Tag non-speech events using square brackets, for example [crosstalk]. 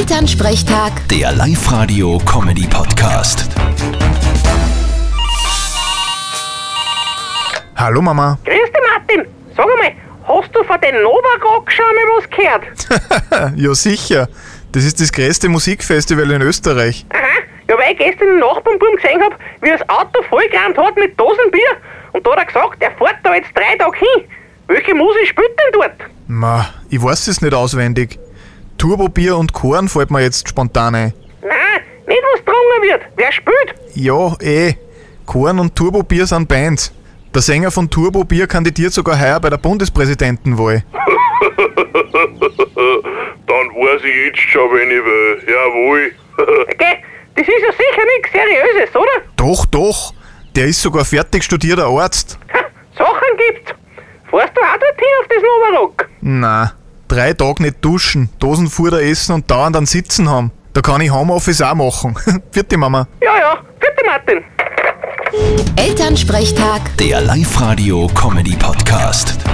Elternsprechtag, Der Live-Radio-Comedy-Podcast. Hallo Mama. Grüß dich, Martin. Sag einmal, hast du von den Novagog schon einmal was gehört? Ja, sicher. Das ist das größte Musikfestival in Österreich. Aha, ja, weil ich gestern den Nachbarnbuben gesehen hab, wie er das Auto vollgerannt hat mit Dosenbier. Und da hat er gesagt, er fährt da jetzt drei Tage hin. Welche Musik spielt denn dort? Ma, ich weiß es nicht auswendig. Turbobier und Korn fällt mir jetzt spontan ein. Nein, nicht was drungen wird. Wer spielt? Ja, eh. Korn und Turbobier sind Bands. Der Sänger von Turbobier kandidiert sogar heuer bei der Bundespräsidentenwahl. Dann weiß ich jetzt schon, wenn ich will. Jawohl. Okay, das ist ja sicher nichts Seriöses, oder? Doch, doch. Der ist sogar fertig studierter Arzt. Ha, Sachen gibt's. Fährst du auch dorthin auf das Novagog? Na, drei Tage nicht duschen, Dosenfutter essen und dauernd an Sitzen haben. Da kann ich Homeoffice auch machen. [laughs] Vierte Mama. Ja, ja, bitte, Martin. Elternsprechtag. Der Live-Radio-Comedy-Podcast.